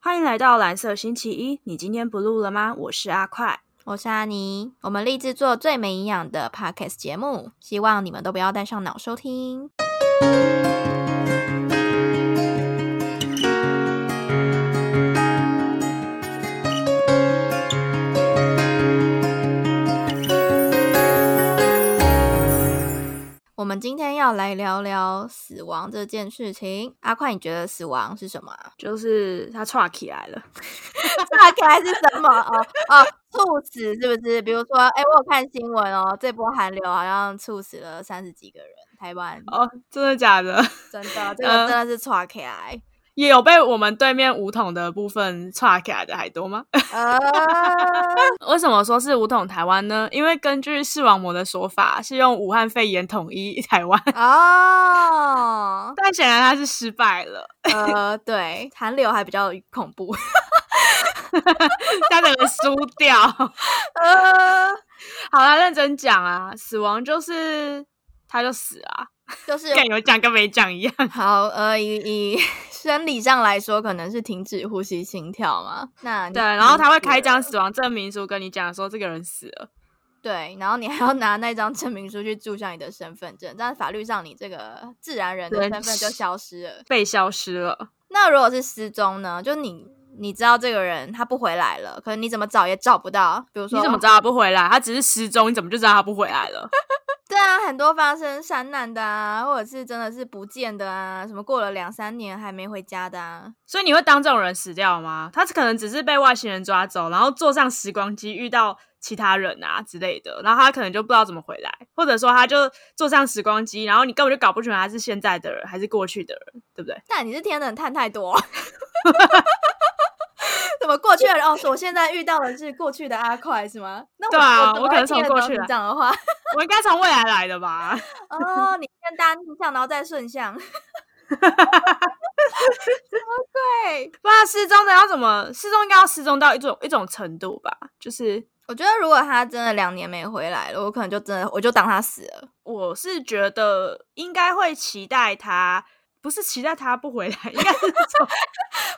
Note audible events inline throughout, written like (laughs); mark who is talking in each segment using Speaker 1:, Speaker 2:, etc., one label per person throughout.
Speaker 1: 欢迎来到蓝色星期一，你今天不录了吗？我是阿快。
Speaker 2: 我是阿妮，我们立志做最没营养的 podcast 节目，希望你们都不要带上脑收听。我们今天要来聊聊死亡这件事情。阿快，你觉得死亡是什么啊？
Speaker 1: 就是他串起来了，
Speaker 2: 大概是什么？哦哦，猝死是不是？比如说，哎、我有看新闻哦，这波寒流好像猝死了三十几个人，台湾、
Speaker 1: 哦，真的假的？
Speaker 2: 真的，啊这个
Speaker 1: 呃
Speaker 2: 真的是抓
Speaker 1: (laughs)
Speaker 2: 起来，
Speaker 1: 也有被我们对面五桶的部分串起来的还多吗？ (laughs)
Speaker 2: 呃，
Speaker 1: 为什么说是五桶台湾呢？因为根据视网膜的说法，是用武汉肺炎统一台湾， (laughs)
Speaker 2: 哦，
Speaker 1: 但显然他是失败了，
Speaker 2: 呃，对，寒流还比较恐
Speaker 1: (laughs)
Speaker 2: 怖，
Speaker 1: 他整个输掉。
Speaker 2: 呃，
Speaker 1: 好啦，认真讲啊，死亡就是他就死啊，
Speaker 2: 就是
Speaker 1: 跟有讲跟没讲一样。
Speaker 2: 好，呃，以以生理上来说，可能是停止呼吸、心跳嘛，那你
Speaker 1: 对，然后他会
Speaker 2: 停止
Speaker 1: 开张
Speaker 2: 了
Speaker 1: 死亡证明书跟你讲说这个人死了。
Speaker 2: 对，然后你还要拿那张证明书去注销你的身份证，但是法律上你这个自然人的
Speaker 1: 对
Speaker 2: 身份
Speaker 1: (laughs)
Speaker 2: 就是消失了。
Speaker 1: 被消失了。
Speaker 2: 那如果是失踪呢？就你你知道这个人他不回来了，可是你怎么找也找不到。比如说，哦
Speaker 1: 你怎么知道他不回来？他只是失踪，你怎么就知道他不回来了？
Speaker 2: 对啊，很多发生山难的啊，或者是真的是不见的啊，什么过了两三年还没回家的啊。
Speaker 1: 所以你会当这种人死掉吗？他可能只是被外星人抓走，然后坐上时光机遇到其他人啊之类的，然后他可能就不知道怎么回来，或者说他就坐上时光机，然后你根本就搞不清楚他是现在的人还是过去的人，对不对？
Speaker 2: 但你是天冷探
Speaker 1: (laughs)
Speaker 2: 太多。怎么过去的人？哦，是我现在遇到的是过去的阿快是吗？那我
Speaker 1: 对啊
Speaker 2: 我
Speaker 1: 我
Speaker 2: 怎么
Speaker 1: 可
Speaker 2: 会
Speaker 1: 能从
Speaker 2: 听得
Speaker 1: 过
Speaker 2: 懂
Speaker 1: 去
Speaker 2: 你
Speaker 1: 来
Speaker 2: 讲的话。
Speaker 1: 我应该从未来来的吧？ (laughs)
Speaker 2: 哦，你先搭逆向，然后再顺向。什么鬼？
Speaker 1: 不然失踪的要怎么失踪？应该要失踪到一种一种程度吧？就是
Speaker 2: 我觉得如果他真的两年没回来了，我可能就真的我就当他死了。
Speaker 1: 我是觉得应该会期待他，不是期待他不回来，应该是说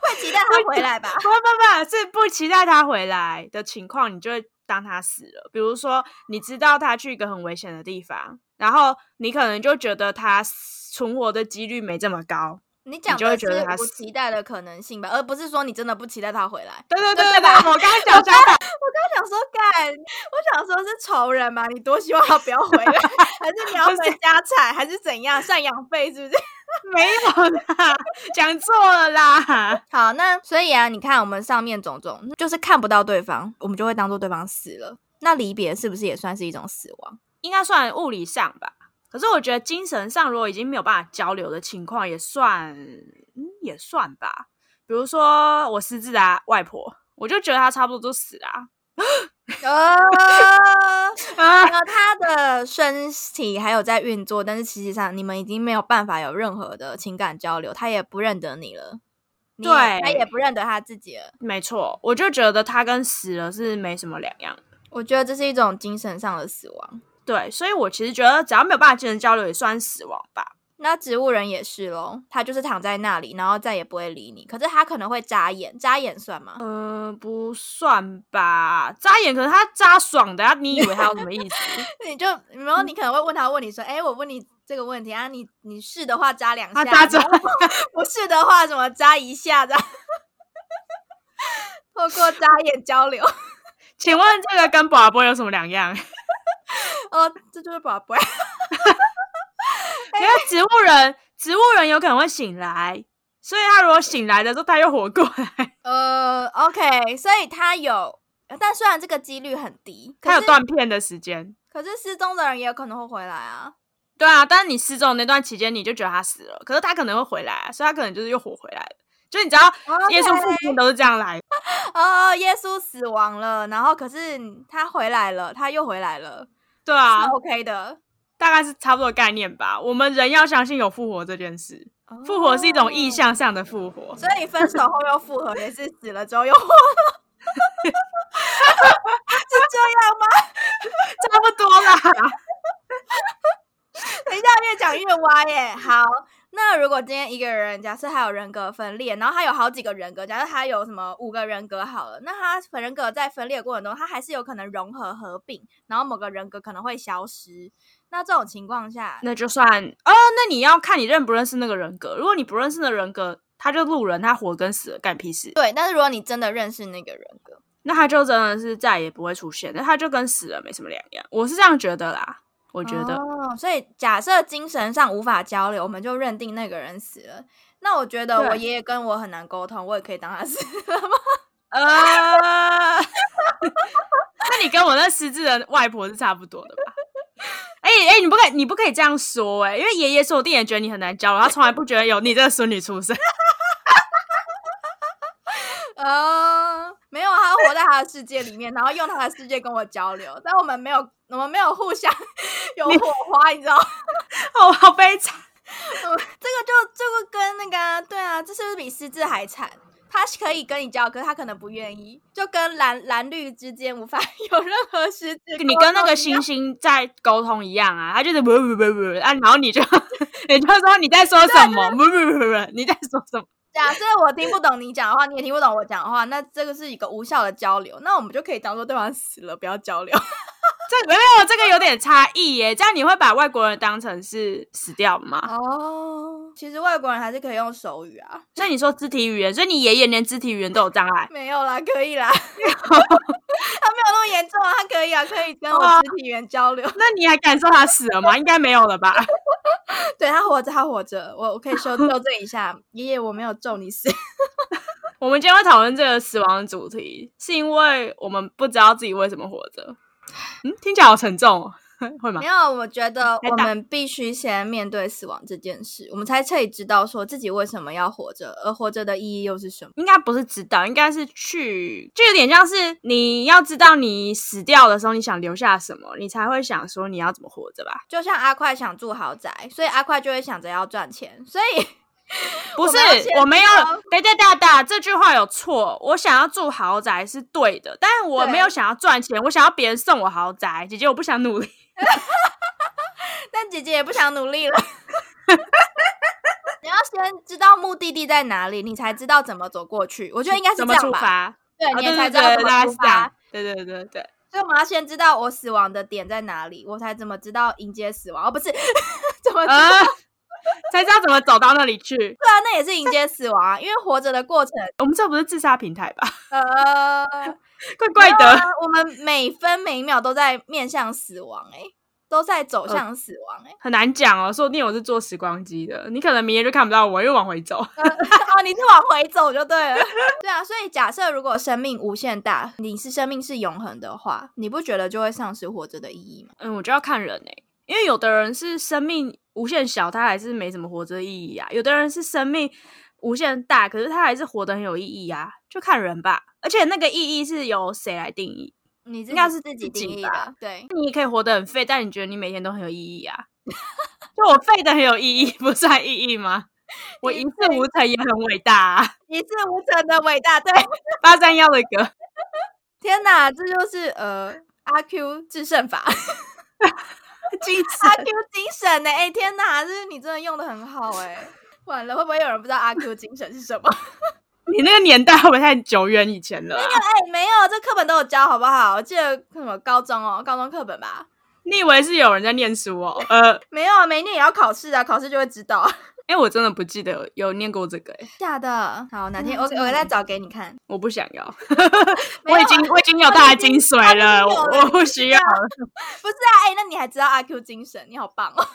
Speaker 2: 会期待 (laughs) 他回来吧？
Speaker 1: 不不不，是不期待他回来的情况，你就会当他死了。比如说，你知道他去一个很危险的地方，然后你可能就觉得他死存活的几率没这么高。
Speaker 2: 你讲
Speaker 1: 就会
Speaker 2: 的
Speaker 1: 觉
Speaker 2: 是
Speaker 1: 得他
Speaker 2: 我
Speaker 1: 死
Speaker 2: 期待的可能性吧，而不是说你真的不期待他回来。
Speaker 1: 对对
Speaker 2: 对
Speaker 1: 对
Speaker 2: 对
Speaker 1: 对对，
Speaker 2: 吧
Speaker 1: 我刚刚讲相反，
Speaker 2: 我想说，干，我想说是仇人嘛？你多希望他不要回 (laughs) 来，还是你要分家产，还是怎样赡养费，是不是？ (laughs)
Speaker 1: 没有啦，讲错了啦。
Speaker 2: 好，那所以啊，你看我们上面种种，就是看不到对方，我们就会当做对方死了。那离别是不是也算是一种死 (laughs) 亡？
Speaker 1: 应该算物理上吧。可是我觉得精神上如果已经没有办法交流的情况，也算，嗯，也算吧。比如说我失智的啊外婆，我就觉得她差不多都死啦、 (laughs)
Speaker 2: 呃，
Speaker 1: 啊。
Speaker 2: 呃他的身体还有在运作，但是实际上你们已经没有办法有任何的情感交流，他也不认得你了，你也
Speaker 1: 对
Speaker 2: 他也不认得他自己了。
Speaker 1: 没错，我就觉得她跟死了是没什么两样。
Speaker 2: 我觉得这是一种精神上的死亡。对，
Speaker 1: 所以我其实觉得，只要没有办法精神交流，也算死亡吧。
Speaker 2: 那植物人也是咯，他就是躺在那里，然后再也不会理你。可是他可能会眨眼，眨眼算吗？ (laughs)
Speaker 1: 嗯、不算吧。眨眼，可是他扎爽的啊，你以为他有什么意思？ (laughs)
Speaker 2: 你就然
Speaker 1: 嗯
Speaker 2: 后你可能会问他问你说，哎、我问你这个问题啊，你你是的话扎两下，
Speaker 1: 他扎着
Speaker 2: 然后 (laughs) 不是的话什么扎一下的， (laughs) 透过眨眼交流。
Speaker 1: 请问这个跟宝宝有什么两样？ (laughs)
Speaker 2: 哦，这就是宝贝。
Speaker 1: 因为植物人，植物人有可能会醒来，所以他如果醒来的时候，他又活过来，
Speaker 2: 呃，OK，所以他有，呃但虽然这个几率很低，可
Speaker 1: 他有
Speaker 2: 是
Speaker 1: 断片的时间。
Speaker 2: 可是失踪的人也有可能会回来啊。
Speaker 1: 对啊，但是你失踪的那段期间，你就觉得他死了，可是他可能会回来啊、所以他可能就是又活回来了。就你知道，耶稣复活都是这样来的。
Speaker 2: 哦，耶稣死亡了，然后可是他回来了，他又回来了，
Speaker 1: 对啊
Speaker 2: 是，OK 的。
Speaker 1: 大概是差不多的概念吧。我们人要相信有复活这件事，复活是一种意
Speaker 2: 哦
Speaker 1: 向上的复活。
Speaker 2: 所以分手后又复合，也是死了之后又复合，是这样吗？
Speaker 1: 差不多啦。
Speaker 2: 等一下越讲越歪耶。好，那那如果今天一个人，假设他有人格分裂，然后他有好几个人格，假设他有什么五个人格好了，那他本人格在分裂的过程中，他还是有可能融合合并，然后某个人格可能会消失。那这种情况下，
Speaker 1: (laughs) 那就算哦，那你要看你认不认识那个人格。如果你不认识的人格，他就路人，他活跟死了干屁事。
Speaker 2: 对，但是如果你真的认识那个人格，
Speaker 1: 那他就真的是再也不会出现，那他就跟死了没什么两样。我是这样觉得啦，我
Speaker 2: 我
Speaker 1: 觉得、
Speaker 2: 哦，所以假设精神上无法交流，我们就认定那个人死了。那我觉得
Speaker 1: 对
Speaker 2: 我爷爷跟我很难沟通，我也可以当他死了吗？
Speaker 1: 呃， (laughs) 那你跟我那失智的外婆是差不多的吧？ (laughs) 哎、哎、你不可以，你不可以这样说哎、因为爷爷说我定也觉得你很难教，他从来不觉得有你这个孙女出生。 (laughs)
Speaker 2: 呃，没有，他活在他的世界里面，然后用他的世界跟我交流，但我们没有，我们没有互相 (laughs) 有火花，你知道吗？ (laughs)
Speaker 1: 哦，好悲惨。
Speaker 2: 我这个就这个跟那个啊、对啊，这是不是比失智还惨？他是可以跟你交流，可是他可能不愿意，就跟蓝蓝绿之间无法 (laughs) 有任何失智沟通一样。
Speaker 1: 你跟那个星星在沟通一样啊，他就是不不不不啊，然后你就 (laughs) 你就说你在说什么，不不不不，你在说什么？
Speaker 2: 假设啊我听不懂你讲的话，你也听不懂我讲的话，那这个是一个无效的交流，那我们就可以当做对方死了，不要交流。 (laughs)
Speaker 1: 这没有这个有点差异耶，这样你会把外国人当成是死掉吗？
Speaker 2: 哦，其实外国人还是可以用手语啊，
Speaker 1: 所以你说肢体语言，所以你爷爷连肢体语言都有障碍。
Speaker 2: 没有啦，可以
Speaker 1: (laughs)
Speaker 2: 啦，他没有那么严重啊，他可以啊，可以跟我肢体语言交流。 (laughs)
Speaker 1: 那你还敢说他死了吗？应该没有了吧？ (laughs)
Speaker 2: 对他活着，他活着，我我可以修纠正一下，爷爷我没有咒你死。
Speaker 1: (laughs) 我们今天会讨论这个死亡的主题，是因为我们不知道自己为什么活着。嗯，听起来好沉重、哦， (laughs) 会吗
Speaker 2: 没？有，我觉得
Speaker 1: 还
Speaker 2: 我
Speaker 1: 打
Speaker 2: 们必须先面对死亡这件事，我们才可以知道说自己为什么要活着，而活着的意义又是什么。
Speaker 1: 应该不是知道，应该是去，就有点像是你要知道你死掉的时候你想留下什么，你才会想说你要怎么活着吧？
Speaker 2: 就像阿快想住豪宅，所以阿快就会想着要赚钱，所以 (laughs)
Speaker 1: 不是
Speaker 2: 我们要先，
Speaker 1: 我没有
Speaker 2: 知道，
Speaker 1: 等一下，大大这句话有错。我想要住豪宅是对的，但我
Speaker 2: 对
Speaker 1: 没有想要赚钱，我想要别人送我豪宅。姐姐，我不想努力。
Speaker 2: 但姐姐也不想努力了。 (laughs) 你要先知道目的地在哪里，你才知道怎么走过去。我觉得应该是
Speaker 1: 怎
Speaker 2: 这
Speaker 1: 么
Speaker 2: 样
Speaker 1: 出
Speaker 2: 吧，
Speaker 1: 发？
Speaker 2: 对，
Speaker 1: 啊
Speaker 2: 你
Speaker 1: 对
Speaker 2: 也才
Speaker 1: 对
Speaker 2: 知道
Speaker 1: 对，
Speaker 2: 怎
Speaker 1: 大
Speaker 2: 么
Speaker 1: 家
Speaker 2: 出
Speaker 1: 是这样
Speaker 2: 发。
Speaker 1: 对对对对。
Speaker 2: 所以我们要先知道我死亡的点在哪里，我才怎么知道迎接死亡，而、不是 (laughs) 怎么知道、
Speaker 1: 啊， (laughs) 才知道怎么走到那里去。
Speaker 2: 对啊，那也是迎接死亡啊，因为活着的过程，
Speaker 1: 我们这不是自杀平台吧？
Speaker 2: 呃，
Speaker 1: 怪怪
Speaker 2: 没有啊
Speaker 1: 的。
Speaker 2: 我们每分每秒都在面向死亡、欸，都在走
Speaker 1: 呃
Speaker 2: 向死亡、欸， (laughs)
Speaker 1: 很难讲哦，说不定我是做时光机的，你可能明天就看不到我，又往回走。
Speaker 2: 哦，你是往回走就对了， (laughs) 对啊，所以假设如果生命无限大，你是生命是永恒的话，你不觉得就会丧失活着的意义吗？
Speaker 1: 嗯，我就要看人哎、因为有的人是生命无限小，他还是没什么活着的意义啊；有的人是生命无限大，可是他还是活得很有意义啊，就看人吧。而且那个意义是由谁来定义？
Speaker 2: 你自
Speaker 1: 应该
Speaker 2: 己
Speaker 1: 是
Speaker 2: 自
Speaker 1: 自
Speaker 2: 己
Speaker 1: 己
Speaker 2: 定义
Speaker 1: 吧
Speaker 2: 的，对，
Speaker 1: 你可以活得很废，但你觉得你每天都很有意义啊？就我废的很有意义，不算意义吗？我一事无成也很伟大、啊，
Speaker 2: 一事无成的伟大， (laughs) 对，
Speaker 1: 八三幺的歌。
Speaker 2: 天哪，这就是呃阿 Q 制胜法，
Speaker 1: 精
Speaker 2: 阿
Speaker 1: 神
Speaker 2: Q (laughs) 精神呢、欸？哎、天哪，这是你真的用的很 (laughs) 好哎、完了，会不会有人不知道阿 Q 精神是什么？
Speaker 1: (laughs)
Speaker 2: (laughs)
Speaker 1: 你那个年代会不会太久远以前了啊、
Speaker 2: 哎、没有，这课本都有教，好不好？我记得什么高中哦，高中课本吧？
Speaker 1: 你以为是有人在念书哦？呃，
Speaker 2: 没有啊，每年也要考试啊，考试就会知道。
Speaker 1: 哎、我真的不记得有有念过这个、欸，
Speaker 2: 假的，好，哪天
Speaker 1: 嗯
Speaker 2: 我
Speaker 1: 真的
Speaker 2: 我再找给你看。
Speaker 1: 我不想要，
Speaker 2: 没有
Speaker 1: 我
Speaker 2: 啊
Speaker 1: 已经我已经有他的精髓了，
Speaker 2: 我已经有了
Speaker 1: 我我不需要了。
Speaker 2: 不是啊，哎、那你还知道阿 Q 精神，你好棒 (laughs) 哦。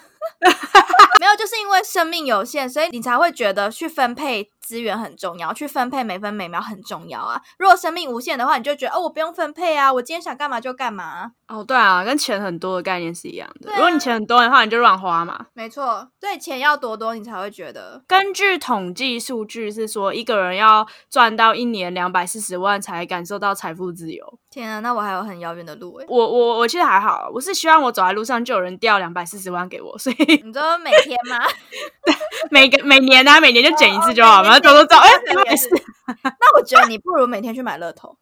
Speaker 2: 没有，就是因为生命有限，所以你才会觉得去分配资源很重要，去分配每分每秒很重要啊。如果生命无限的话，你就觉得哦，我不用分配啊，我今天想干嘛就干嘛啊、
Speaker 1: 哦，对啊，跟钱很多的概念是一样的。
Speaker 2: 对啊
Speaker 1: 如果你钱很多的话，你就乱花嘛。
Speaker 2: 没错，对，钱要多多，你才会觉得
Speaker 1: 根据统计数据是说，一个人要赚到一年两百四十万才感受到财富自由。
Speaker 2: 天啊，那我还有很遥远的路哎。
Speaker 1: 我我我其实还好，我是希望我走在路上就有人掉两百四十万给我，所以 (laughs)
Speaker 2: 你知道每天吗？
Speaker 1: 每个每年啊每年就 (laughs) 减一次就好，
Speaker 2: 哦
Speaker 1: 然后走走走，哎，两百
Speaker 2: 也
Speaker 1: 四
Speaker 2: 是。 (laughs) 那我觉得你不如每天去买乐透，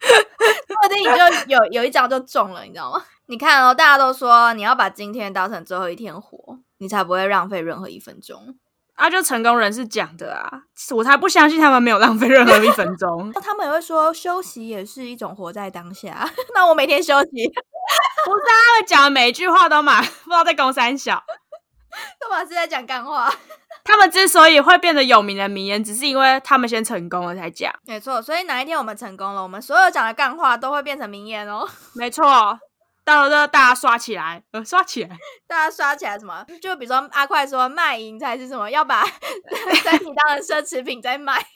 Speaker 2: 说不定你就有有一张就中了，你知道吗？你看哦，大家都说你要把今天当成最后一天活，你才不会浪费任何一分钟。。
Speaker 1: 啊，就成功人士讲的啊，我才不相信他们没有浪费任何一分钟
Speaker 2: 他们也会说休息也是一种活在当下。 (laughs) 那我每天休息，
Speaker 1: (laughs) 他们讲的每一句话都嘛， (laughs) 不知道在公三小。
Speaker 2: 干嘛是在讲干话？ (laughs)
Speaker 1: 他们之所以会变得有名的名言，只是因为他们先成功了才讲。
Speaker 2: 没错，所以哪一天我们成功了，我们所有讲的干话都会变成名言哦。 (laughs)
Speaker 1: 没错，到了这大家刷起来，呃，刷起来，
Speaker 2: 大家刷起来什么？就比如说阿快说卖淫才是什么，要把 (laughs) 身体当成奢侈品在卖。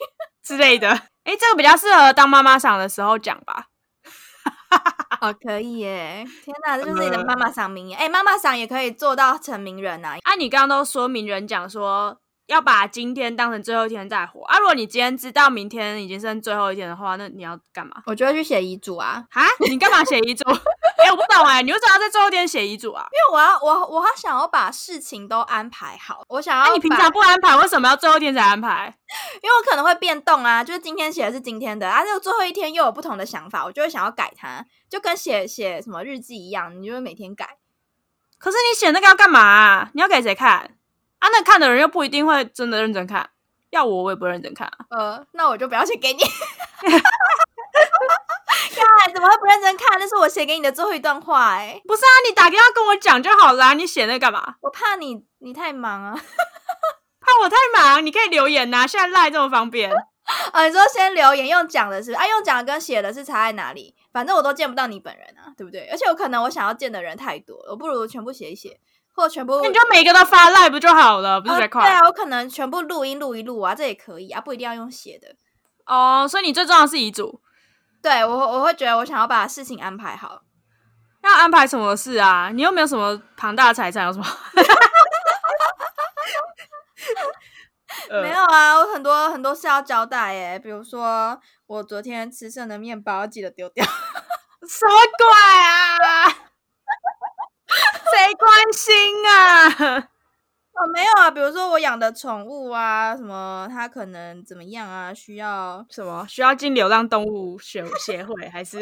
Speaker 1: 之类的。诶，这个比较适合当妈妈嗓的时候讲吧。
Speaker 2: 哦，可以耶！天哪，这就是你的妈
Speaker 1: 嗯
Speaker 2: 妈赏名言。哎、妈妈赏也可以做到成名人呐、
Speaker 1: 啊，你刚刚都说名人讲说要把今天当成最后一天再活啊。如果你今天知道明天已经剩最后一天的话，那你要干嘛？
Speaker 2: 我就会去写遗嘱啊，
Speaker 1: 啊，你干嘛写遗嘱？ (laughs) 诶，我不懂哎、你为什么要在最后一天写遗嘱啊？
Speaker 2: 因为我要我我好想要把事情都安排好，我想要把、
Speaker 1: 哎啊那、你平常不安排，为什么要最后一天才安排？
Speaker 2: 因为我可能会变动啊，就是今天写的是今天的，啊，这个最后一天又有不同的想法，我就会想要改它，就跟写写什么日记一样，你就会每天改。
Speaker 1: 可是你写那个要干嘛、啊？你要给谁看？啊，那看的人又不一定会真的认真看。要我，我也不会认真看啊。
Speaker 2: 呃，那我就不要写给你。 (laughs) 看，怎么会不认真看？那是我写给你的最后一段话、哎，
Speaker 1: 不是啊，你打电话跟我讲就好啊啦。你写那干嘛？
Speaker 2: 我怕你你太忙啊。
Speaker 1: 怕啊我太忙，你可以留言呐、现在赖这么方便，
Speaker 2: 啊，你说先留言用讲的是不是啊，用讲的跟写的是差在哪里？反正我都见不到你本人啊，对不对？而且我可能我想要见的人太多了，我不如全部写一写，或全部
Speaker 1: 那你就每个都发赖不就好了？不是
Speaker 2: 呃
Speaker 1: 才快？
Speaker 2: 对啊，我可能全部录音录一录啊，这也可以啊，不一定要用写的。
Speaker 1: 哦，所以你最重要的是遗嘱，
Speaker 2: 对我我会觉得我想要把事情安排好，
Speaker 1: 那安排什么事啊？你又没有什么庞大的财产，有什么？ (laughs) 呃
Speaker 2: 没有啊，我很多很多事要交代耶、比如说我昨天吃剩的面包记得丢掉， (laughs) 哦
Speaker 1: 什么鬼啊？ (laughs) 谁关心啊？ (laughs)
Speaker 2: 哦没有啊，比如说我养的宠物啊，什么它可能怎么样啊，需要
Speaker 1: 什么需要进流浪动物协协会 (laughs) 还是？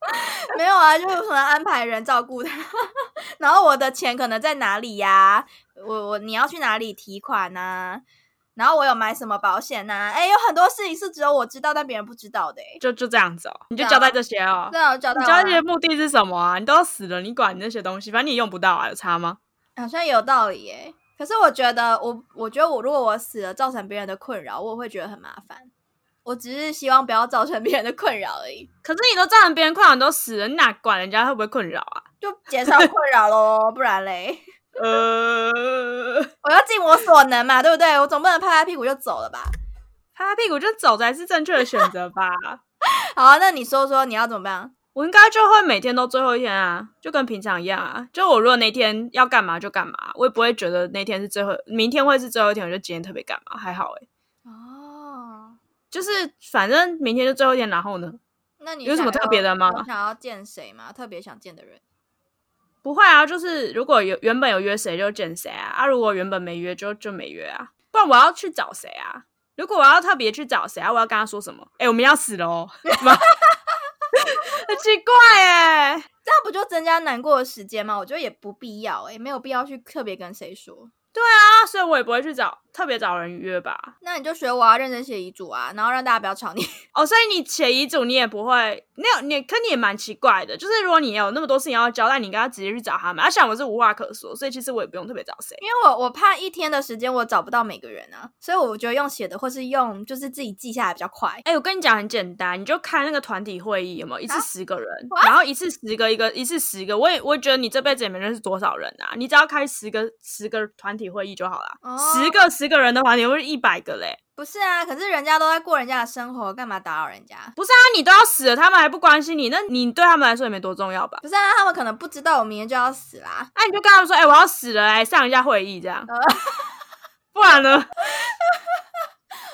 Speaker 2: (laughs) 没有啊，就是可能安排人照顾他， (laughs) 然后我的钱可能在哪里呀、我我你要去哪里提款呐、然后我有买什么保险呐、哎，有很多事情是只有我知道，但别人不知道的、欸。
Speaker 1: 就就这样子哦，你就交代这些哦。
Speaker 2: 对啊，我交代
Speaker 1: 你交代
Speaker 2: 完
Speaker 1: 这
Speaker 2: 了
Speaker 1: 些目的是什么啊？你都死了，你管你那些东西，反正你也用不到啊，有差吗？
Speaker 2: 好像有道理耶、欸可是我觉得我，我觉得我如果我死了造成别人的困扰，我会觉得很麻烦。我只是希望不要造成别人的困扰而已，
Speaker 1: 可是你都造成别人困扰，你都死了，你哪管人家会不会困扰啊？
Speaker 2: 就减少困扰咯，不然嘞， (laughs)
Speaker 1: 呃，
Speaker 2: 我要尽我所能嘛，对不对？我总不能拍拍屁股就走了吧？
Speaker 1: 拍拍屁股就走才是正确的选择吧。
Speaker 2: 好啊、那你说说你要怎么办？
Speaker 1: 我应该就会每天都最后一天啊，就跟平常一样啊。就我如果那天要干嘛就干嘛，我也不会觉得那天是最后，明天会是最后一天，我就今天特别干嘛，还好诶、
Speaker 2: 哦，
Speaker 1: 就是反正明天就最后一天，然后呢，
Speaker 2: 那你
Speaker 1: 有什
Speaker 2: 想
Speaker 1: 么特
Speaker 2: 要
Speaker 1: 别的吗
Speaker 2: 有想要见谁吗？特别想见的人？
Speaker 1: 不会啊，就是如果有原本有约谁就见谁啊，啊如果原本没约就就没约啊，不然我要去找谁啊？如果我要特别去找谁啊，我要跟他说什么？哎、我们要死了哦， (laughs) 什么很奇怪哎、
Speaker 2: 这样不就增加难过的时间吗？我觉得也不必要、欸，没有必要去特别跟谁说。
Speaker 1: 啊，所以我也不会去找特别找人约吧。
Speaker 2: 那你就学我要认真写遗嘱啊，然后让大家不要吵你。 (laughs)
Speaker 1: 哦，所以你写遗嘱你也不会，你有你可你也蛮奇怪的，就是如果你有那么多事情要交代，你应该直接去找他们。而、啊、像我是无话可说，所以其实我也不用特别找谁。
Speaker 2: 因为我我怕一天的时间我找不到每个人啊，所以我觉得用写的或是用就是自己记下来比较快。
Speaker 1: 哎、我跟你讲很简单，你就开那个团体会议，有没有一次
Speaker 2: 啊
Speaker 1: 十个人，
Speaker 2: What？
Speaker 1: 然后一次十个，一个一次十个。我也我也觉得你这辈子也没认识多少人啊，你只要开十个十个团体会议就好啦。
Speaker 2: 哦
Speaker 1: 十个十个人的团体会一百个嘞，
Speaker 2: 不是啊，可是人家都在过人家的生活，干嘛打扰人家？
Speaker 1: 不是啊，你都要死了，他们还不关心你，那你对他们来说也没多重要吧？
Speaker 2: 不是啊，他们可能不知道我明天就要死啦。
Speaker 1: 那、你就跟他们说，哎、我要死了、来上一下会议这样，
Speaker 2: 哦
Speaker 1: (laughs) 不然
Speaker 2: (laughs)
Speaker 1: 呢？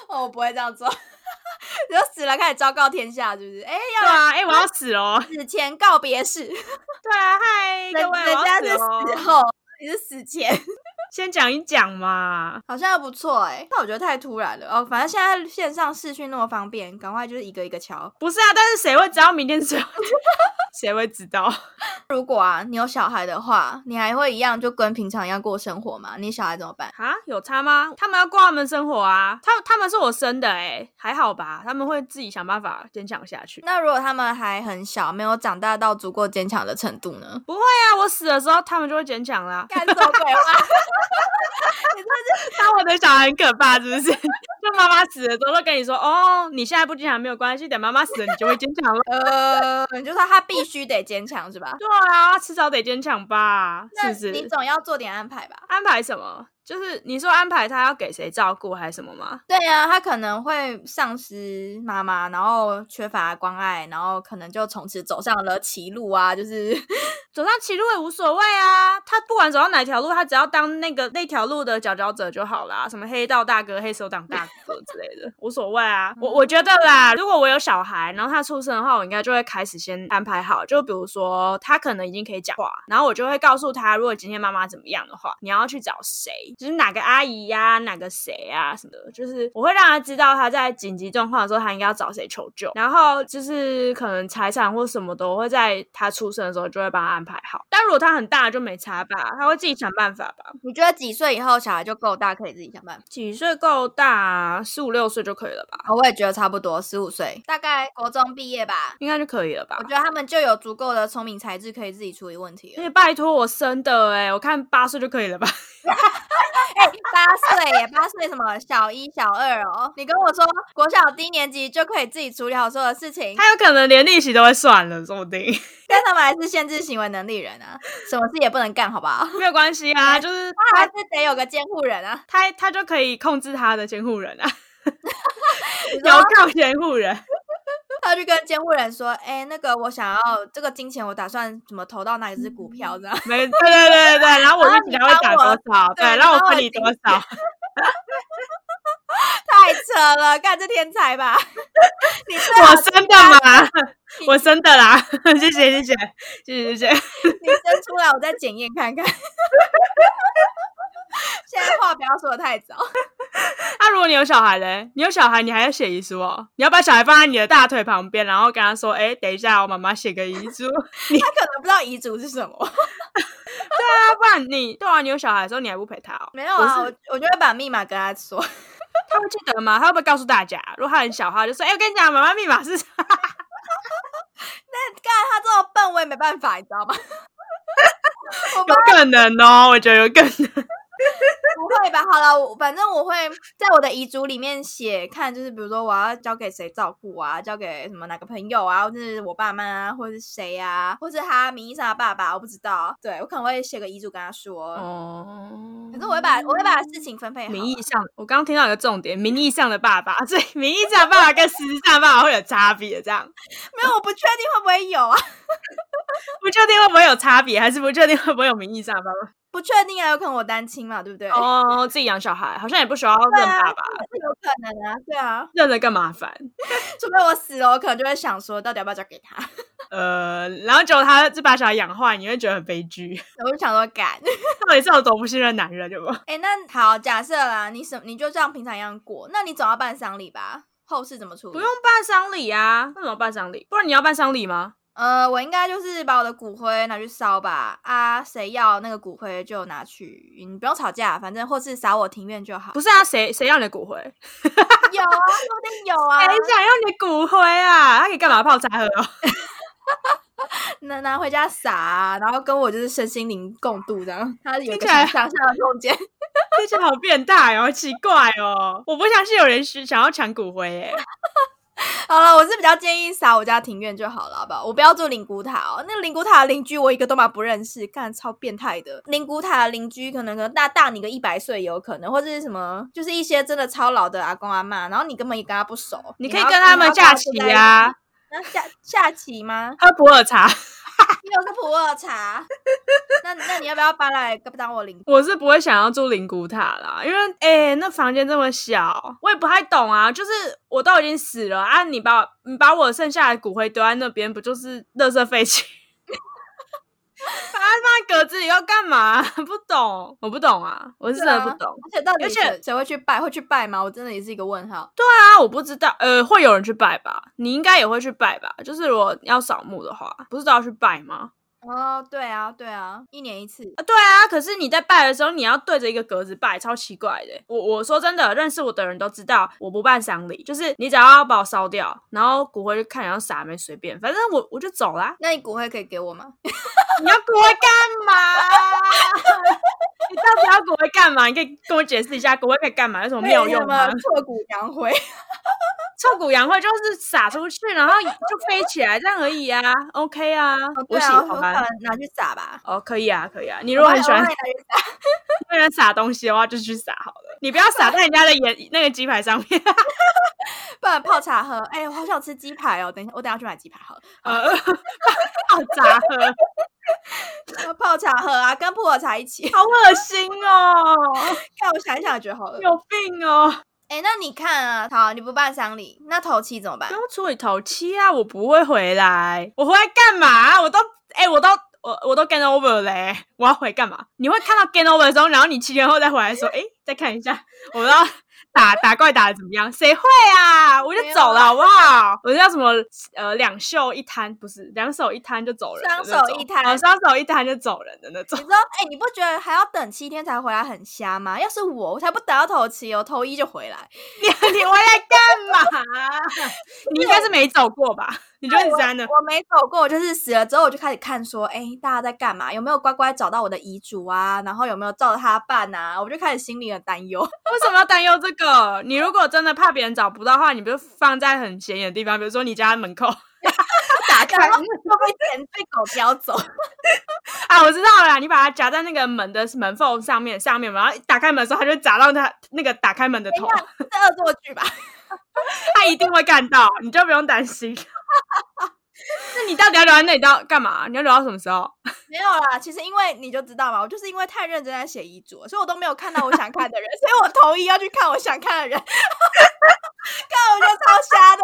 Speaker 2: 哦，我不会这样做， (laughs) 就死了开始昭告天下，是不是？哎、
Speaker 1: 对啊，哎、我要死了哦，
Speaker 2: 要死前告别
Speaker 1: (laughs)
Speaker 2: 式。
Speaker 1: 对啊，嗨，各
Speaker 2: 人
Speaker 1: 位，
Speaker 2: 人
Speaker 1: 我
Speaker 2: 家
Speaker 1: 要
Speaker 2: 是
Speaker 1: 死了哦，
Speaker 2: 死后，你是死前， (laughs)
Speaker 1: 先讲一讲嘛。
Speaker 2: 好像还不错哎、但我觉得太突然了哦。反正现在线上视讯那么方便，赶快就是一个一个敲。
Speaker 1: 不是啊，但是谁会知道明天是最后一天？ (laughs) 谁会知道？
Speaker 2: 如果啊，你有小孩的话，你还会一样就跟平常一样过生活吗？你小孩怎么办？
Speaker 1: 啊，有差吗？他们要过他们生活啊，他他们是我生的哎、还好吧，他们会自己想办法坚强下去。
Speaker 2: 那如果他们还很小，没有长大到足够坚强的程度呢？ (laughs)
Speaker 1: 对啊，我死的时候他们就会坚强啦。
Speaker 2: 干什么鬼话？ (laughs)
Speaker 1: 当我的小孩很可怕，是不是？ (laughs) 就妈妈死了之后都跟你说，哦，你现在不坚强没有关系，等妈妈死了你就会坚强了。 (laughs)
Speaker 2: 呃，你就说他必须得坚强是吧？
Speaker 1: 对啊，迟早得坚强吧，是不
Speaker 2: 那你
Speaker 1: 是？
Speaker 2: 总要做点安排吧？
Speaker 1: 安排什么？就是你说安排他要给谁照顾还是什么吗？
Speaker 2: 对呀、啊，他可能会丧失妈妈，然后缺乏关爱，然后可能就从此走上了歧路啊，就是 (laughs)
Speaker 1: 走上歧路也无所谓啊，他不管走到哪条路，他只要当那个那条路的佼佼者就好啦，什么黑道大哥、黑手党大哥之类的，无所谓啊。我我觉得啦，如果我有小孩，然后他出生的话，我应该就会开始先安排好，就比如说他可能已经可以讲话，然后我就会告诉他，如果今天妈妈怎么样的话，你要去找谁，就是哪个阿姨呀、哪个谁啊什么的，就是我会让他知道他在紧急状况的时候，他应该要找谁求救，然后就是可能财产或什么的，我会在他出生的时候就会帮他安排好。但如果他很大就没差吧，他会自己想办法吧。
Speaker 2: 你觉得几岁以后小孩就够大，可以自己想办法？
Speaker 1: 几岁够大？十五六岁就可以了吧？
Speaker 2: 我也觉得差不多，十五岁，大概国中毕业吧。
Speaker 1: 应该就可以了吧
Speaker 2: 我？觉得他们就有足够的聪明才智，可以自己处理问题
Speaker 1: (laughs) 而
Speaker 2: 了。
Speaker 1: 且拜托我生的哎、我看八岁就可以
Speaker 2: (laughs)
Speaker 1: 了吧？
Speaker 2: 哎、八岁耶，八岁什么小一、小二哦？你跟我说国小低年级就可以自己处理好所有的事情，
Speaker 1: 他有可能连利息都会算了，说不定 (laughs)
Speaker 2: 但他们还是限制行为能力人啊，什么事也不能干，好不好？
Speaker 1: 没有关系
Speaker 2: (laughs)
Speaker 1: 啊，就是
Speaker 2: 他还
Speaker 1: 他
Speaker 2: 是得有个监护人啊。
Speaker 1: 他他就可以控制他的监护人啊，
Speaker 2: 你说
Speaker 1: 有靠监护人。
Speaker 2: 他就跟监护人说：“哎、那个我想要这个金钱，我打算怎么投到哪一只股票这样。”
Speaker 1: (laughs)
Speaker 2: (laughs)
Speaker 1: 没，对对对对，然后我
Speaker 2: 然后
Speaker 1: 利息
Speaker 2: 你
Speaker 1: 还会
Speaker 2: 帮
Speaker 1: 打
Speaker 2: 我
Speaker 1: 多少？对，啊
Speaker 2: 对
Speaker 1: 然后我
Speaker 2: 帮我
Speaker 1: 分你
Speaker 2: 顶
Speaker 1: 多少？
Speaker 2: 太扯了，干这天才吧！你最好
Speaker 1: 我生的嘛，我生的啦， (laughs) 谢谢谢谢谢谢谢谢。
Speaker 2: 你生出来，我再检验看看。现在话不要说的太早，
Speaker 1: 那、如果你有小孩嘞，你有小孩，你还要写遗书哦，你要把小孩放在你的大腿旁边，然后跟他说，哎，等一下，我妈妈写个遗书。 (laughs)
Speaker 2: 他可能不知道遗嘱是什么。
Speaker 1: 那不然你对啊，你有小孩的时候你还不陪他哦？
Speaker 2: 没有啊，
Speaker 1: 我
Speaker 2: 我我就会把密码跟他说， (laughs)
Speaker 1: 他会记得吗？他会不会告诉大家？如果他很小的话，就说，哎，我跟你讲，妈妈密码是啥？
Speaker 2: 干他这么笨，我也没办法，你知道吗？我
Speaker 1: 有
Speaker 2: 爸
Speaker 1: 可能哦，我觉得有可能。
Speaker 2: 不会吧？好了，我反正我会在我的遗嘱里面写，看就是比如说我要交给谁照顾啊，交给什么哪个朋友啊，或者是我爸妈啊，或者是谁啊，或是他名义上的爸爸，我不知道。对我可能会写个遗嘱跟他说，
Speaker 1: 哦
Speaker 2: 可是我会把我会把事情分配好。
Speaker 1: 名义上，我刚刚听到一个重点，名义上的爸 (laughs) 爸，所以名义上的爸爸跟实质上的爸爸会有差别，这样
Speaker 2: 没有，我不确定会不会有啊， (laughs)
Speaker 1: 不确定会不会有差别，还是不确定会不会有名义上的爸爸。
Speaker 2: 不确定啊，有可能我单亲嘛，对不对？
Speaker 1: 哦，自己养小孩好像也不需要认爸爸，
Speaker 2: 这有可能啊，对啊，
Speaker 1: 啊认了更麻烦。
Speaker 2: 除非我死了，我可能就会想说，到底要不要交给他？ (laughs)
Speaker 1: 呃，然后结果他就把小孩养坏，你会觉得很悲剧。 (laughs)
Speaker 2: 我就想说，敢。
Speaker 1: 到底是有多不信任男人，对不？
Speaker 2: 哎、那好，假设啦，你什你就这样平常一样过，那你总要办丧礼吧？后事怎么处理？
Speaker 1: 不用，办丧礼啊？为什么办丧礼？不然你要办丧礼吗？
Speaker 2: 呃，我应该就是把我的骨灰拿去烧吧。啊，谁要那个骨灰就拿去，你不用吵架，反正或是撒我庭院就好。
Speaker 1: 不是啊，谁谁要你的骨灰？谁
Speaker 2: (laughs) 有啊，说不定 (laughs) 有啊
Speaker 1: 想，要你的骨灰啊？他可以干嘛泡茶喝哦？
Speaker 2: 拿拿回家撒、啊，然后跟我就是身心灵共度这样，他有一
Speaker 1: 听
Speaker 2: 个
Speaker 1: 起来
Speaker 2: 想想象的空间。
Speaker 1: (laughs) 听起来好变态哦，奇怪哦，我不相信有人是想要抢骨灰耶。
Speaker 2: 好了，我是比较建议撒我家庭院就好了，好不好？我不要住灵骨塔哦，那个灵骨塔的邻居我一个都嘛不认识，干超变态的。灵骨塔的邻居可能可能大大你个一百岁也有可能，或者是什么，就是一些真的超老的阿公阿妈，然后你根本也跟他不熟，
Speaker 1: 你可
Speaker 2: 然
Speaker 1: 以
Speaker 2: 后
Speaker 1: 跟他们下棋呀、
Speaker 2: 啊。那下下棋吗？
Speaker 1: 喝普洱茶， (laughs)
Speaker 2: 又是普洱茶，那那你要不要搬来当我邻？
Speaker 1: 我是不会想要住灵骨塔啦，因为哎、那房间这么小，我也不太懂啊。就是我都已经死了啊，你把你把我剩下的骨灰丢在那边，不就是垃圾废弃？ (laughs) 把它放在格子里要干嘛？ (laughs) 不懂，我不懂啊，我是真的不懂。
Speaker 2: 而且到底
Speaker 1: 而且
Speaker 2: 谁谁会去拜？会去拜吗？我真的也是一个问号。
Speaker 1: 对啊，我不知道，呃，会有人去拜吧？你应该也会去拜吧？就是如果要扫墓的话，不是都要去拜吗？
Speaker 2: 哦，对啊，对啊，一年一次。
Speaker 1: 啊，对啊，可是你在拜的时候，你要对着一个格子拜，超奇怪的。欸我我说真的，认识我的人都知道，我不办丧礼，就是你只要把我烧掉，然后骨灰就看你要撒没随便，反正我我就走啦。
Speaker 2: 那你骨灰可以给我吗？
Speaker 1: 你要骨灰干嘛？ (laughs) 你到底要骨灰干嘛？你可以跟我解释一下，骨灰可以干嘛？有什么没有用吗
Speaker 2: 吗？？ (laughs) 挫骨扬灰。
Speaker 1: 臭骨扬灰就是撒出去，然后就飞起来，这样而已啊。OK 啊，
Speaker 2: 哦
Speaker 1: 我
Speaker 2: 对
Speaker 1: 喜
Speaker 2: 啊，我
Speaker 1: 欢
Speaker 2: 可能拿去撒吧。
Speaker 1: 哦，可以啊，可以啊。你如果很喜
Speaker 2: 我
Speaker 1: 欢
Speaker 2: 还我还拿去撒
Speaker 1: 被人撒东西的话，就去撒好了。你不要撒在人家的眼那个鸡排上
Speaker 2: (laughs)
Speaker 1: 面。
Speaker 2: 不然泡茶喝。哎、我好想吃鸡排哦！等一下，我等一下去买鸡排好了。
Speaker 1: 呃， (laughs) 好杂喝，
Speaker 2: 泡茶喝啊，跟普洱茶一起。 (laughs)
Speaker 1: 好恶心哦，
Speaker 2: 看我想一想，觉得好饿。
Speaker 1: 有病哦！
Speaker 2: 哎、那你看啊，好，你不办丧礼，那头七怎么办
Speaker 1: 不？用处理头七啊，我不会回来。我回来干嘛？我都哎、我都我我都 get over 嘞、我要回干嘛？你会看到 get over 的时候，然后你七天后再回来说，哎、再看一下，我要打打怪打的怎么样？谁会啊？我就走了，好不好？我叫什么？呃，两袖一摊不是，两手一摊就走人的那种，
Speaker 2: 双手一摊
Speaker 1: 哦双手一摊就走人的那种 (laughs)
Speaker 2: 你。知道，哎、你不觉得还要等七天才回来很瞎吗？要是我，我才不等到头七，我头一就回来。
Speaker 1: 你你回来
Speaker 2: (laughs)
Speaker 1: 干嘛？你应该是没走过吧？你就一直在那。
Speaker 2: 我没走过，我就是死了之后我就开始看说，哎、大家在干嘛？有没有乖乖找到我的遗嘱啊？然后有没有照着他办啊？我就开始心里很担忧。
Speaker 1: 为什么要担忧这个？你如果真的怕别人找不到的话，你不是放在很显眼的地方，比如说你家门口打开
Speaker 2: 然后会被钱被狗叼 (laughs) 走，
Speaker 1: (laughs) 啊，我知道了啦，你把它夹在那个门的门缝上面上面嘛，然后打开门的时候，它就砸到它那个打开门的头，
Speaker 2: 这恶作剧吧？
Speaker 1: 它一定会干到，你就不用担心。那你到底要留在那里到干嘛？你要留到什么时候？
Speaker 2: (laughs) 没有啦，其实因为你就知道嘛，我就是因为太认真在写遗嘱了，所以我都没有看到我想看的人，所以我同意要去看我想看的人。 (laughs) 看我就超瞎 (laughs) 的，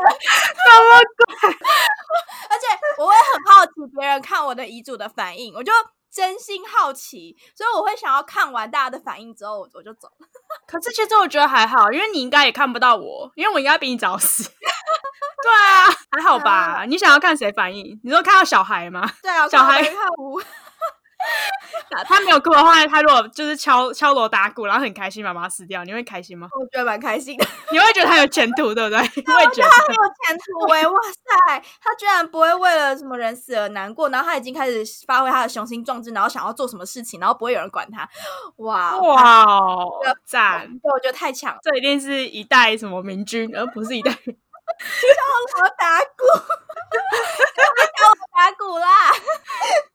Speaker 2: (laughs) 而且我会很好奇别人看我的遗嘱的反应，我就真心好奇，所以我会想要看完大家的反应之后，我我就走了。
Speaker 1: 可是其实我觉得还好，因为你应该也看不到我，因为我应该比你早死。 (laughs) 对啊，还好吧？你想要看谁反应？你说看到小孩吗？
Speaker 2: 对啊，
Speaker 1: 小孩
Speaker 2: 看我
Speaker 1: 他没有哭的话，他如果就是敲敲锣打鼓，然后很开心，妈妈死掉，你会开心吗？ (laughs)
Speaker 2: 我觉得蛮开心的，
Speaker 1: 你会觉得他有前途，对不 (laughs) 对？我也觉得。
Speaker 2: 很有前 (laughs) 途哎、哇塞，他居然不会为了什么人死而难过，然后他已经开始发挥他的雄心壮志，然后想要做什么事情，然后不会有人管他，哇
Speaker 1: 哇哦
Speaker 2: 对，
Speaker 1: 赞！
Speaker 2: 对，我觉得太强了， (laughs)
Speaker 1: 这一定是一代什么明君，而不是 (laughs) 一代。
Speaker 2: 敲锣打鼓，敲锣打鼓啦！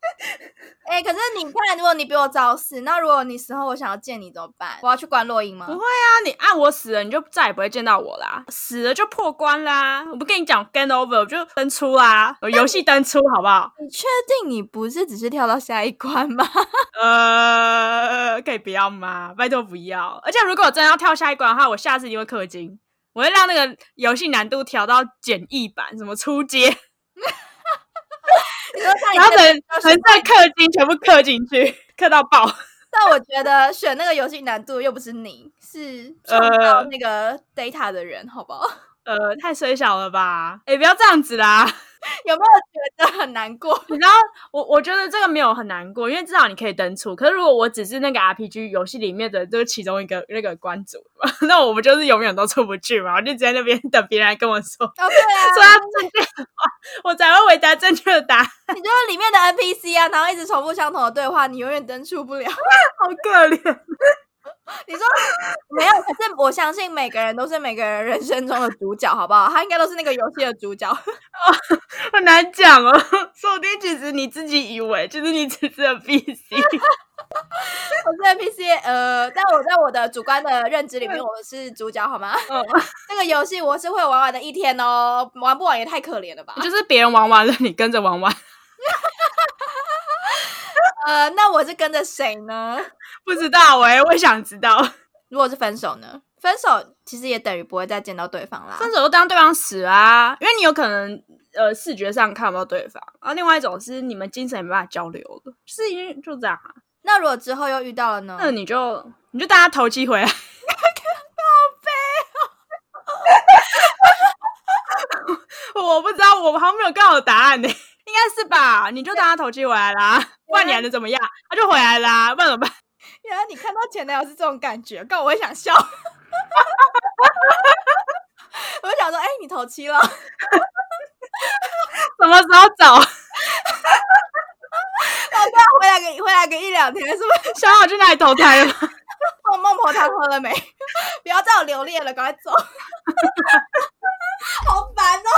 Speaker 2: (laughs) 哎、可是你看，如果你比我早死，那如果你死后我想要见你怎么办？我要去关落音吗
Speaker 1: 不？会啊，你按我死了，你就再也不会见到我啦，死了就破关啦。我不跟你讲 game over，我就登出啦，有游戏登出好不好？
Speaker 2: 你确定你不是只是跳到下一关吗？
Speaker 1: (laughs) 呃，可以不要吗？拜托不要！而且如果我真的要跳下一关的话，我下次一定会氪金，我会让那个游戏难度调到简易版，什么初阶，
Speaker 2: 你说像
Speaker 1: (laughs)
Speaker 2: 你
Speaker 1: 然后
Speaker 2: 这
Speaker 1: 等
Speaker 2: 个
Speaker 1: 等再氪金全部氪进去，氪到爆。
Speaker 2: 但我觉得选那个游戏难度又不是你，是创造那个 data 的人，好不好？ (laughs)
Speaker 1: 呃，太衰小了吧？哎、不要这样子啦！
Speaker 2: 有没有觉得很难过？ (laughs) 哦
Speaker 1: 你知道，我我觉得这个没有很难过，因为至少你可以登出。可是如果我只是那个 RPG 游戏里面的就是其中一个那个关主， (laughs) 那我们就是永远都出不去嘛，我就只在那边等别人来跟我说。
Speaker 2: 哦，对
Speaker 1: 说
Speaker 2: 啊，
Speaker 1: 他正确的话，我才会回答正确的答案。
Speaker 2: 你就是里面的 NPC 啊，然后一直重复相同的对话，你永远登出不了。 (laughs)
Speaker 1: 好可怜，
Speaker 2: 你说没有？可是我相信每个人都是每个人人生中的主角，好不好？他应该都是那个游戏的主角。 (laughs)
Speaker 1: 好难讲哦。说不定其实你自己以为，就是你只是个 (laughs) BC。
Speaker 2: 我是 NPC，呃，在我在我的主观的认知里面，我是主角，好吗？ (laughs)
Speaker 1: 嗯，
Speaker 2: 这个游戏我是会玩完的一天哦，玩不完也太可怜了吧？
Speaker 1: 就是别人玩完了，你跟着玩玩，
Speaker 2: 呃，那我是跟着谁呢？
Speaker 1: 不知道哎、我也想知 (laughs) 道。
Speaker 2: 如果是分手呢？分手其实也等于不会再见到对方啦。
Speaker 1: 分手就当对方死啊，因为你有可能呃视觉上看不到对方，然后另外一种是你们精神也没办法交流了，就是因为就这样啊，
Speaker 2: 那如果之后又遇到了呢？
Speaker 1: 那你就你就大家投机回来， (laughs) 我不知道，我好像没有更好的答案欸呢、应该是吧？你就当他投机回来啦，不然你还能怎么样？他就回来啦，不然怎么办？
Speaker 2: 原来你看到前男友是这种感觉，告我也想笑。 (laughs) 我就想说，哎、你头七
Speaker 1: 哦
Speaker 2: 了，
Speaker 1: 什么时候走？啊
Speaker 2: 回来个回来个一两天，是不是？
Speaker 1: (laughs) 小好去哪里投胎了吗？
Speaker 2: 我孟婆汤喝了没？ (laughs) 不要再有留恋了，赶快走。 (laughs) 好烦哦。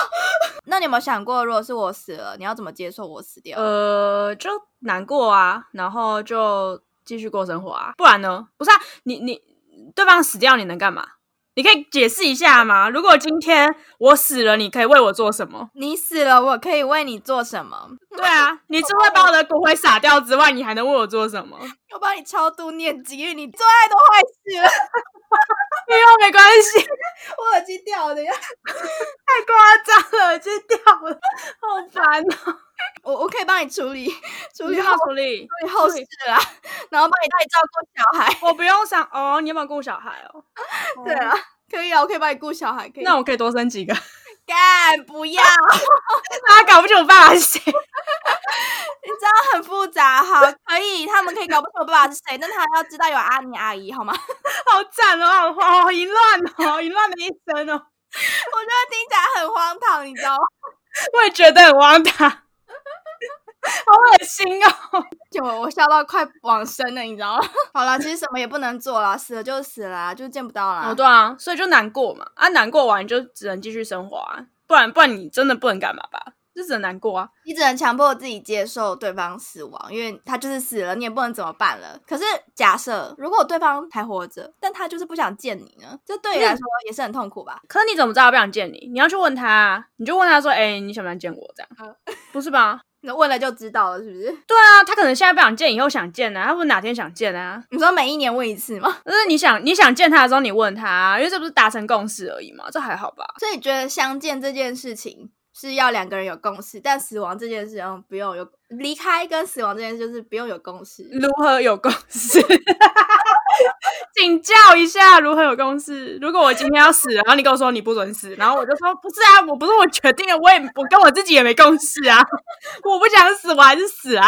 Speaker 2: 那你有没有想过，如果是我死了，你要怎么接受我死掉？
Speaker 1: 呃，就难过啊，然后就继续过生活啊，不然呢？不是啊，你你对方死掉，你能干嘛？你可以解释一下吗？如果今天我死了，你可以为我做什么？
Speaker 2: 你死了，我可以为你做什么？
Speaker 1: 对啊，你除了把我的骨灰撒掉之外，你还能为我做 (laughs) 什么？
Speaker 2: 我帮你超度念经，因为你做太多坏事了，
Speaker 1: 没有，没关系，
Speaker 2: 我耳机掉了。等一下
Speaker 1: 太夸张了，就掉了，好烦 (laughs) 哦、
Speaker 2: 我我可以帮你处理处
Speaker 1: 喔！
Speaker 2: 理
Speaker 1: 你
Speaker 2: 后
Speaker 1: 好处理，
Speaker 2: 处理后事啦，然后帮你代照顾小孩。
Speaker 1: 我不用想哦，你有没有顾小孩哦？
Speaker 2: 对啊，可以啊，我可以帮你顾小孩，可以。
Speaker 1: 那我可以多生 (laughs) 几个，
Speaker 2: 干不要，
Speaker 1: 大家搞不清我爸爸是谁。
Speaker 2: 你知道很复杂。好，可以，他们可以搞不清我爸爸是谁，但他要知道有阿尼阿姨，好吗？ (laughs) 我
Speaker 1: 好惨哦，好好好淫乱哦，淫乱的一生哦，
Speaker 2: 觉得听起来很荒唐，你知道吗？
Speaker 1: 我也觉得很荒 (laughs) 唐，好恶心哦。
Speaker 2: 就我笑到快往生了，你知道吗？ (laughs) 好了，其实什么也不能做了，死了就是死了啊，就见不到啦。
Speaker 1: 哦，对啊，所以就难过嘛，啊，难过完就只能继续生活啊，不然不然你真的不能干嘛吧？就只能难过啊。
Speaker 2: 你只能强迫自己接受对方死亡，因为他就是死了，你也不能怎么办了。可是假设如果对方还活着，但他就是不想见你呢，这对你来说也是很痛苦吧？
Speaker 1: 可是你怎么知道他不想见你？你要去问他、啊，你就问他说：“哎、你想不想见我？”这样
Speaker 2: 嗯，
Speaker 1: 不是吧？
Speaker 2: 那问了就知道了，是不是？ (laughs)
Speaker 1: 对啊，他可能现在不想见，以后想见呢、啊，他不是哪天想见啊？
Speaker 2: 你说每一年问一次吗？ (laughs)
Speaker 1: 就是你想你想见他的时候，你问他、啊，因为这不是达成共识而已嘛，这还好吧？
Speaker 2: 所以你觉得相见这件事情是要两个人有共识，但死亡这件事，嗯，不用有离开跟死亡这件事就是不用有共识。
Speaker 1: 如何有共识？ (laughs) 请教一下如何有共识？如果我今天要死，然后你跟我说你不准死，然后我就说不是啊，我不是我决定了，我也我跟我自己也没共识啊，我不想死，我还是死啊。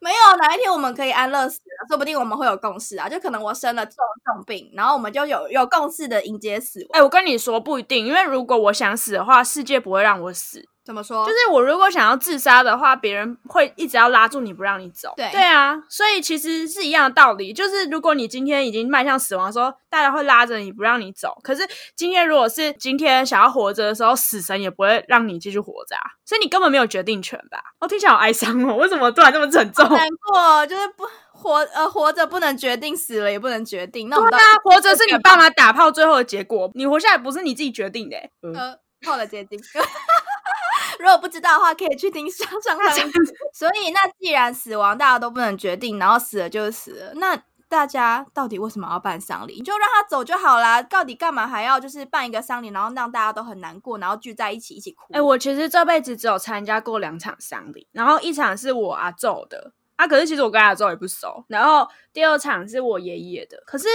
Speaker 2: 没有哪一天我们可以安乐死了，说不定我们会有共识啊！就可能我生了重重病，然后我们就有有共识的迎接死亡。
Speaker 1: 哎、我跟你说不一定，因为如果我想死的话，世界不会让我死。
Speaker 2: 怎么说？
Speaker 1: 就是我如果想要自杀的话，别人会一直要拉住你不让你走。
Speaker 2: 对
Speaker 1: 对啊，所以其实是一样的道理。就是如果你今天已经迈向死亡的时候，大家会拉着你不让你走。可是今天如果是今天想要活着的时候，死神也不会让你继续活着啊。所以你根本没有决定权吧？我、听起来好哀伤哦，为什么突然这么沉重？
Speaker 2: 难过，就是不活呃活着不能决定，死了也不能决定。那我们到
Speaker 1: 对啊，活着是你爸妈打炮最后的结果，你活下来不是你自己决定的、欸。嗯
Speaker 2: 呃后了结晶。如果不知道的话，可以去听上上上一集。所以，那既然死亡大家都不能决定，然后死了就是死了，那大家到底为什么要办丧礼？你就让他走就好啦，到底干嘛还要就是办一个丧礼，然后让大家都很难过，然后聚在一起一起哭？
Speaker 1: 哎、我其实这辈子只有参加过两场丧礼，然后一场是我阿昼的，啊，可是其实我跟阿昼也不熟，然后第二场是我爷爷的，可是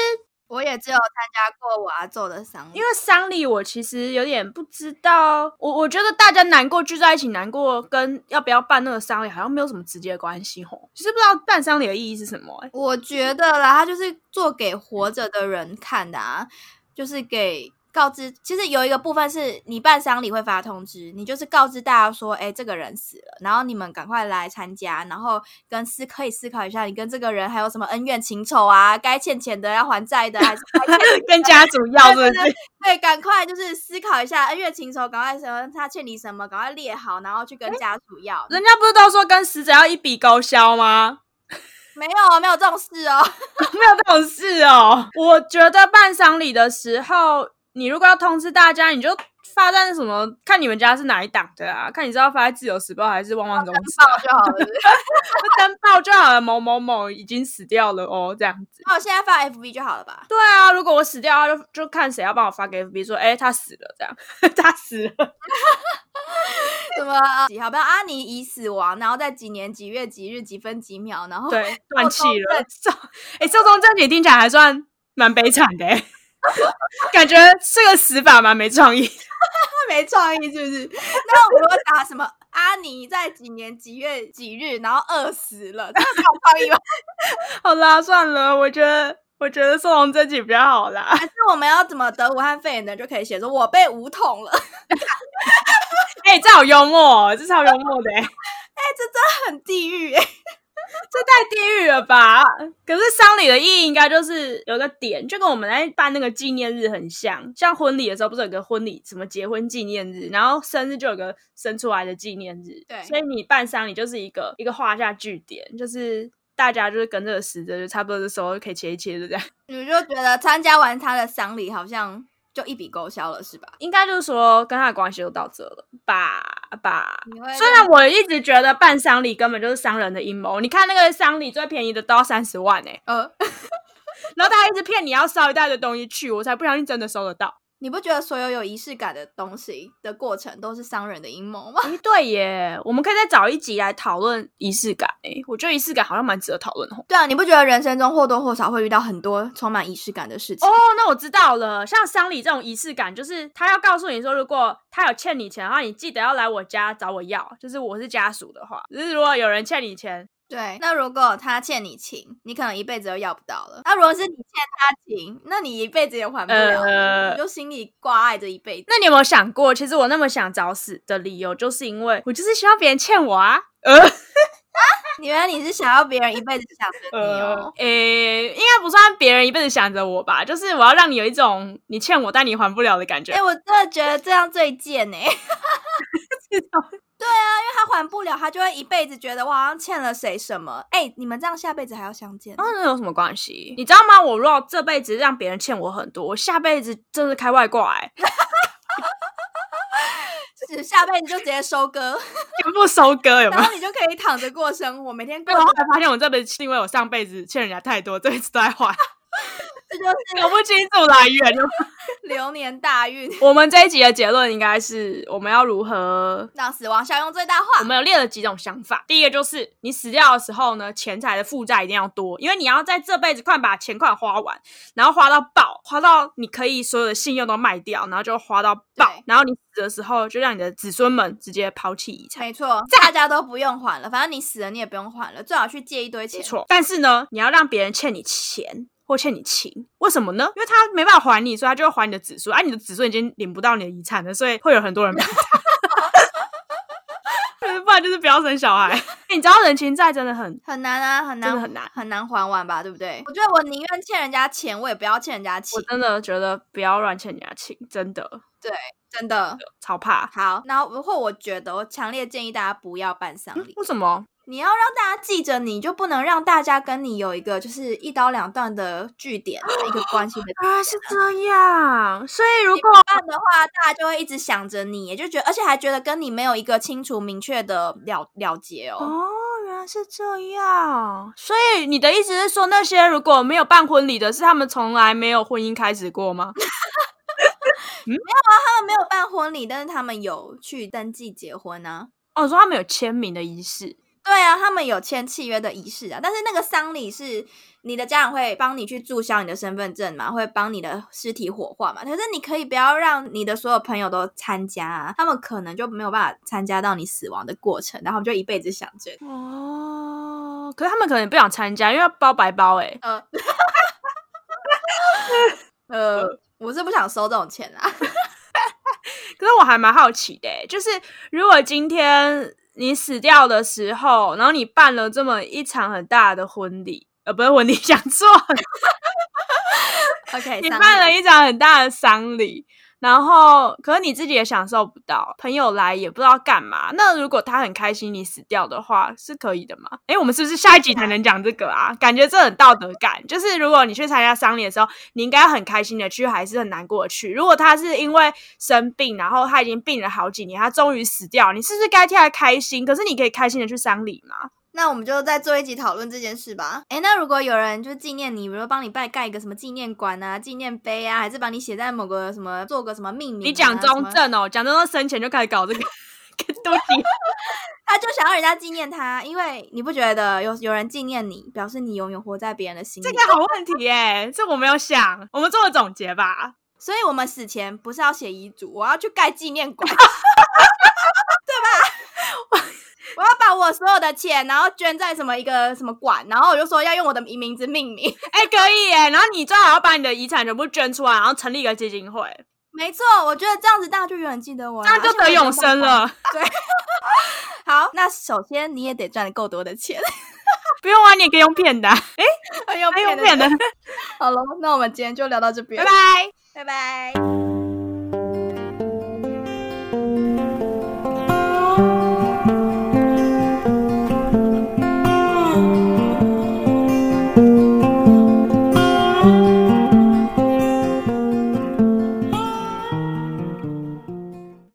Speaker 2: 我也只有参加过我阿昼的丧礼，
Speaker 1: 因为丧礼我其实有点不知道，我我觉得大家难过聚在一起难过，跟要不要办那个丧礼好像没有什么直接的关系吼，其实不知道办丧礼的意义是什么、欸，
Speaker 2: 我觉得啦，他就是做给活着的人看的啊，就是给告知。其实有一个部分是你办丧礼会发通知，你就是告知大家说，哎，这个人死了，然后你们赶快来参加，然后跟思可以思考一下，你跟这个人还有什么恩怨情仇啊？该欠钱的要还债的，啊还是该
Speaker 1: (laughs)
Speaker 2: 欠 (laughs)
Speaker 1: 跟家族要是不是？
Speaker 2: 对，赶快就是思考一下恩怨情仇，赶快什么他欠你什么，赶快列好，然后去跟家属要。
Speaker 1: 人家不是都说跟死者要一笔勾销吗？
Speaker 2: 没有啊，没有这种事哦。
Speaker 1: 没有这种事哦。我觉得办丧礼的时候，你如果要通知大家，你就发在什么？看你们家是哪一档的啊？看你是要发在《自由时报》还是《旺旺中时》啊？
Speaker 2: 报就好了。
Speaker 1: 就登报就好了。某某某已经死掉了哦，这样子。
Speaker 2: (laughs) 那我现在发 FB 就好了吧？
Speaker 1: 对啊，如果我死掉，就就 (laughs) 看谁要帮我发给 FB 说，哎、他死了，这样他死了。
Speaker 2: 怎么呃几号，不要啊，你已死亡，然后在几年几月几日几分几秒，然后
Speaker 1: 对，断气了。赵，哎，赵忠正你听起来还算蛮悲惨的、欸， (laughs) 感觉这个死法蛮没创意。
Speaker 2: 没创意是不是？ (laughs) 那我如果打什么阿尼在几年几月几日，然后饿死了，这个有创意吗？
Speaker 1: 好啦，算了，我觉得我觉得宋龙这集比较好啦。
Speaker 2: 还是我们要怎么得武汉肺炎的就可以写说我被武统了？ (laughs) 哎、
Speaker 1: (laughs) 哎、这好幽默、哦，这超幽默的、欸，
Speaker 2: 这真的很地狱哎、
Speaker 1: 这 (laughs) 太地狱了吧？可是丧礼的意义应该就是有个点，就跟我们在办那个纪念日很像。像婚礼的时候，不是有个婚礼什么结婚纪念日，然后生日就有个生出来的纪念日。
Speaker 2: 对
Speaker 1: 所以你办丧礼就是一个一个画下句点，就是大家就是跟这个死者就差不多的时候可以切一切，就这样。
Speaker 2: (laughs) 你就觉得参加完他的丧礼好像就一笔勾销了是吧？
Speaker 1: 应该就是说跟他的关系就到这了吧吧。
Speaker 2: 你会
Speaker 1: 虽然我一直觉得办丧礼根本就是商人的阴谋，你看那个丧礼最便宜的都要三十万哎、
Speaker 2: 呃， (laughs)
Speaker 1: 然后他还一直骗你要烧一大堆东西去，我才不相信真的收得到。
Speaker 2: 你不觉得所有有仪式感的东西的过程都是商人的阴谋吗？ (laughs)
Speaker 1: 诶，对耶，我们可以再找一集来讨论仪式感诶，我觉得仪式感好像蛮值得讨论的哦。
Speaker 2: 对啊，你不觉得人生中或多或少会遇到很多充满仪式感的事情？
Speaker 1: 哦，那我知道了，像丧礼这种仪式感，就是他要告诉你说，如果他有欠你钱的话，你记得要来我家找我要，就是我是家属的话，就是如果有人欠你钱，
Speaker 2: 对，那如果他欠你情，你可能一辈子都要不到了。那如果是你欠他情，那你一辈子也还不了，
Speaker 1: 呃
Speaker 2: 你就心里挂碍着一辈子。 (laughs)
Speaker 1: 那你有没有想过，其实我那么想找死的理由，就是因为我就是希望别人欠我啊。呃
Speaker 2: 你原来你是想要别人一辈子想
Speaker 1: (laughs)
Speaker 2: 着你哦。
Speaker 1: 呃诶、应该不算别人一辈子想着我吧，就是我要让你有一种你欠我但你还不了的感觉。
Speaker 2: (laughs) 哎、我真的觉得这样最贱哎、 (laughs)
Speaker 1: 知 (laughs) 道
Speaker 2: 对啊，因为他还不了，他就会一辈子觉得我好像欠了谁什么。哎、你们这样下辈子还要相见？
Speaker 1: 啊，那有什么关系？你知道吗？我如果这辈子让别人欠我很多，我下辈子真的开外挂、欸， (laughs)
Speaker 2: 是下辈子就直接收 (laughs) 割，
Speaker 1: 全部收割，有没 (laughs)
Speaker 2: 然
Speaker 1: 有？
Speaker 2: 后你就可以躺着过生活，每天过
Speaker 1: 但。 (laughs) 我后来发现，我这辈子是因为我上辈子欠人家太多，这辈子都在还， (laughs)
Speaker 2: 这就是 (laughs)
Speaker 1: 搞不清楚来源。 (laughs)
Speaker 2: 流年大运，
Speaker 1: 我们这一集的结论应该是，我们要如何
Speaker 2: 让死亡效用最大化。
Speaker 1: 我们有列了几种想法。第一个就是你死掉的时候呢，钱财的负债一定要多，因为你要在这辈子快把钱快花完，然后花到爆，花到你可以所有的信用都卖掉，然后就花到爆
Speaker 2: 对，
Speaker 1: 然后你死的时候就让你的子孙们直接抛弃遗产。
Speaker 2: 没错，大家都不用还了，反正你死了你也不用还了，最好去借一堆钱
Speaker 1: 没。错，但是呢，你要让别人欠你钱。或欠你情，为什么呢？因为他没办法还你，所以他就会还你的子孙，而、啊、你的子孙已经领不到你的遗产了，所以会有很多人买它。不然 (laughs) 就是不要生小孩。你知道人情债真的很
Speaker 2: 很难啊，很
Speaker 1: 真
Speaker 2: 难，
Speaker 1: 的很难
Speaker 2: 很难还完吧，对不对？我觉得我宁愿欠人家钱，我也不要欠人家
Speaker 1: 我
Speaker 2: 情，
Speaker 1: 真的觉得不要乱欠人家情，真的
Speaker 2: 真的。
Speaker 1: 超怕。
Speaker 2: 好，然后或我觉得，我强烈建议大家不要办丧 (laughs) 礼。
Speaker 1: 为什么？
Speaker 2: 你要让大家记着你，就不能让大家跟你有一个就是一刀两断的据点，啊一 (laughs) 个关系的据点。
Speaker 1: 啊，是这样。所以如
Speaker 2: 你
Speaker 1: 果
Speaker 2: 不办的话，大家就会一直想着你，也就觉得，而且还觉得跟你没有一个清楚明确的了了结哦。
Speaker 1: 哦，原来是这样。所以你的意思是说，那些如果没有办婚礼的，是他们从来没有婚姻开始过吗？
Speaker 2: 他们没有办婚礼，但是他们有去登记结婚啊。
Speaker 1: 哦，你说他们有签名的仪式。
Speaker 2: 对啊，他们有签契约的仪式啊，但是那个丧礼是你的家人会帮你去注销你的身份证嘛，会帮你的尸体火化嘛。可是你可以不要让你的所有朋友都参加啊，他们可能就没有办法参加到你死亡的过程，然后他们就一辈子想着你。
Speaker 1: 哦，可是他们可能也不想参加，因为要包白包哎、
Speaker 2: 呃，呃，
Speaker 1: 嗯
Speaker 2: 我是不想收这种钱啦。
Speaker 1: 可是我还蛮好奇的欸、就是如果今天你死掉的时候，然后你办了这么一场很大的婚礼，呃，不是婚礼，讲错了，
Speaker 2: OK，
Speaker 1: 你
Speaker 2: 丧
Speaker 1: 办
Speaker 2: 礼
Speaker 1: 了一场很大的丧礼，然后可是你自己也享受不到，朋友来也不知道干嘛。那如果他很开心你死掉的话，是可以的吗？诶，我们是不是下一集才能讲这个啊？感觉这很道德感，就是如果你去参加丧礼的时候，你应该很开心的去，还是很难过的去？如果他是因为生病，然后他已经病了好几年，他终于死掉，你是不是该替他开心？可是你可以开心的去丧礼吗？
Speaker 2: 那我们就再做一集讨论这件事吧。诶，那如果有人就是纪念你，比如说帮你盖盖一个什么纪念馆啊、纪念碑啊，还是把你写在某个什么做个什么命名啊、
Speaker 1: 你讲
Speaker 2: 什
Speaker 1: 中
Speaker 2: 么
Speaker 1: 正哦，讲中正生前就开始搞这个。 (laughs) 跟多吉
Speaker 2: 他就想要人家纪念他，因为你不觉得有有人纪念你，表示你永远活在别人的心里。
Speaker 1: 这个好问题耶、这我没有想，我们做个总结吧。
Speaker 2: 所以我们死前不是要写遗嘱，我要去盖纪念
Speaker 1: (laughs)
Speaker 2: 馆，对吧？ (laughs) 我要把我所有的钱，然后捐在什么一个什么馆，然后我就说要用我的名字命名。 (laughs)
Speaker 1: 哎、可以耶、然后你最好要把你的遗产全部捐出来，然后成立一个基金会，
Speaker 2: 没错，我觉得这样子大家就永远记得我啊
Speaker 1: 这
Speaker 2: 啦，
Speaker 1: 样就得永生了。
Speaker 2: 好，那首先你也得赚够多的钱， (laughs)
Speaker 1: 不用啊，你也可以用骗的啊，
Speaker 2: 很
Speaker 1: (laughs)
Speaker 2: 有
Speaker 1: 还用
Speaker 2: 骗
Speaker 1: 骗的。
Speaker 2: 好了，那我们今天就聊到这边，
Speaker 1: 拜拜。
Speaker 2: 拜拜。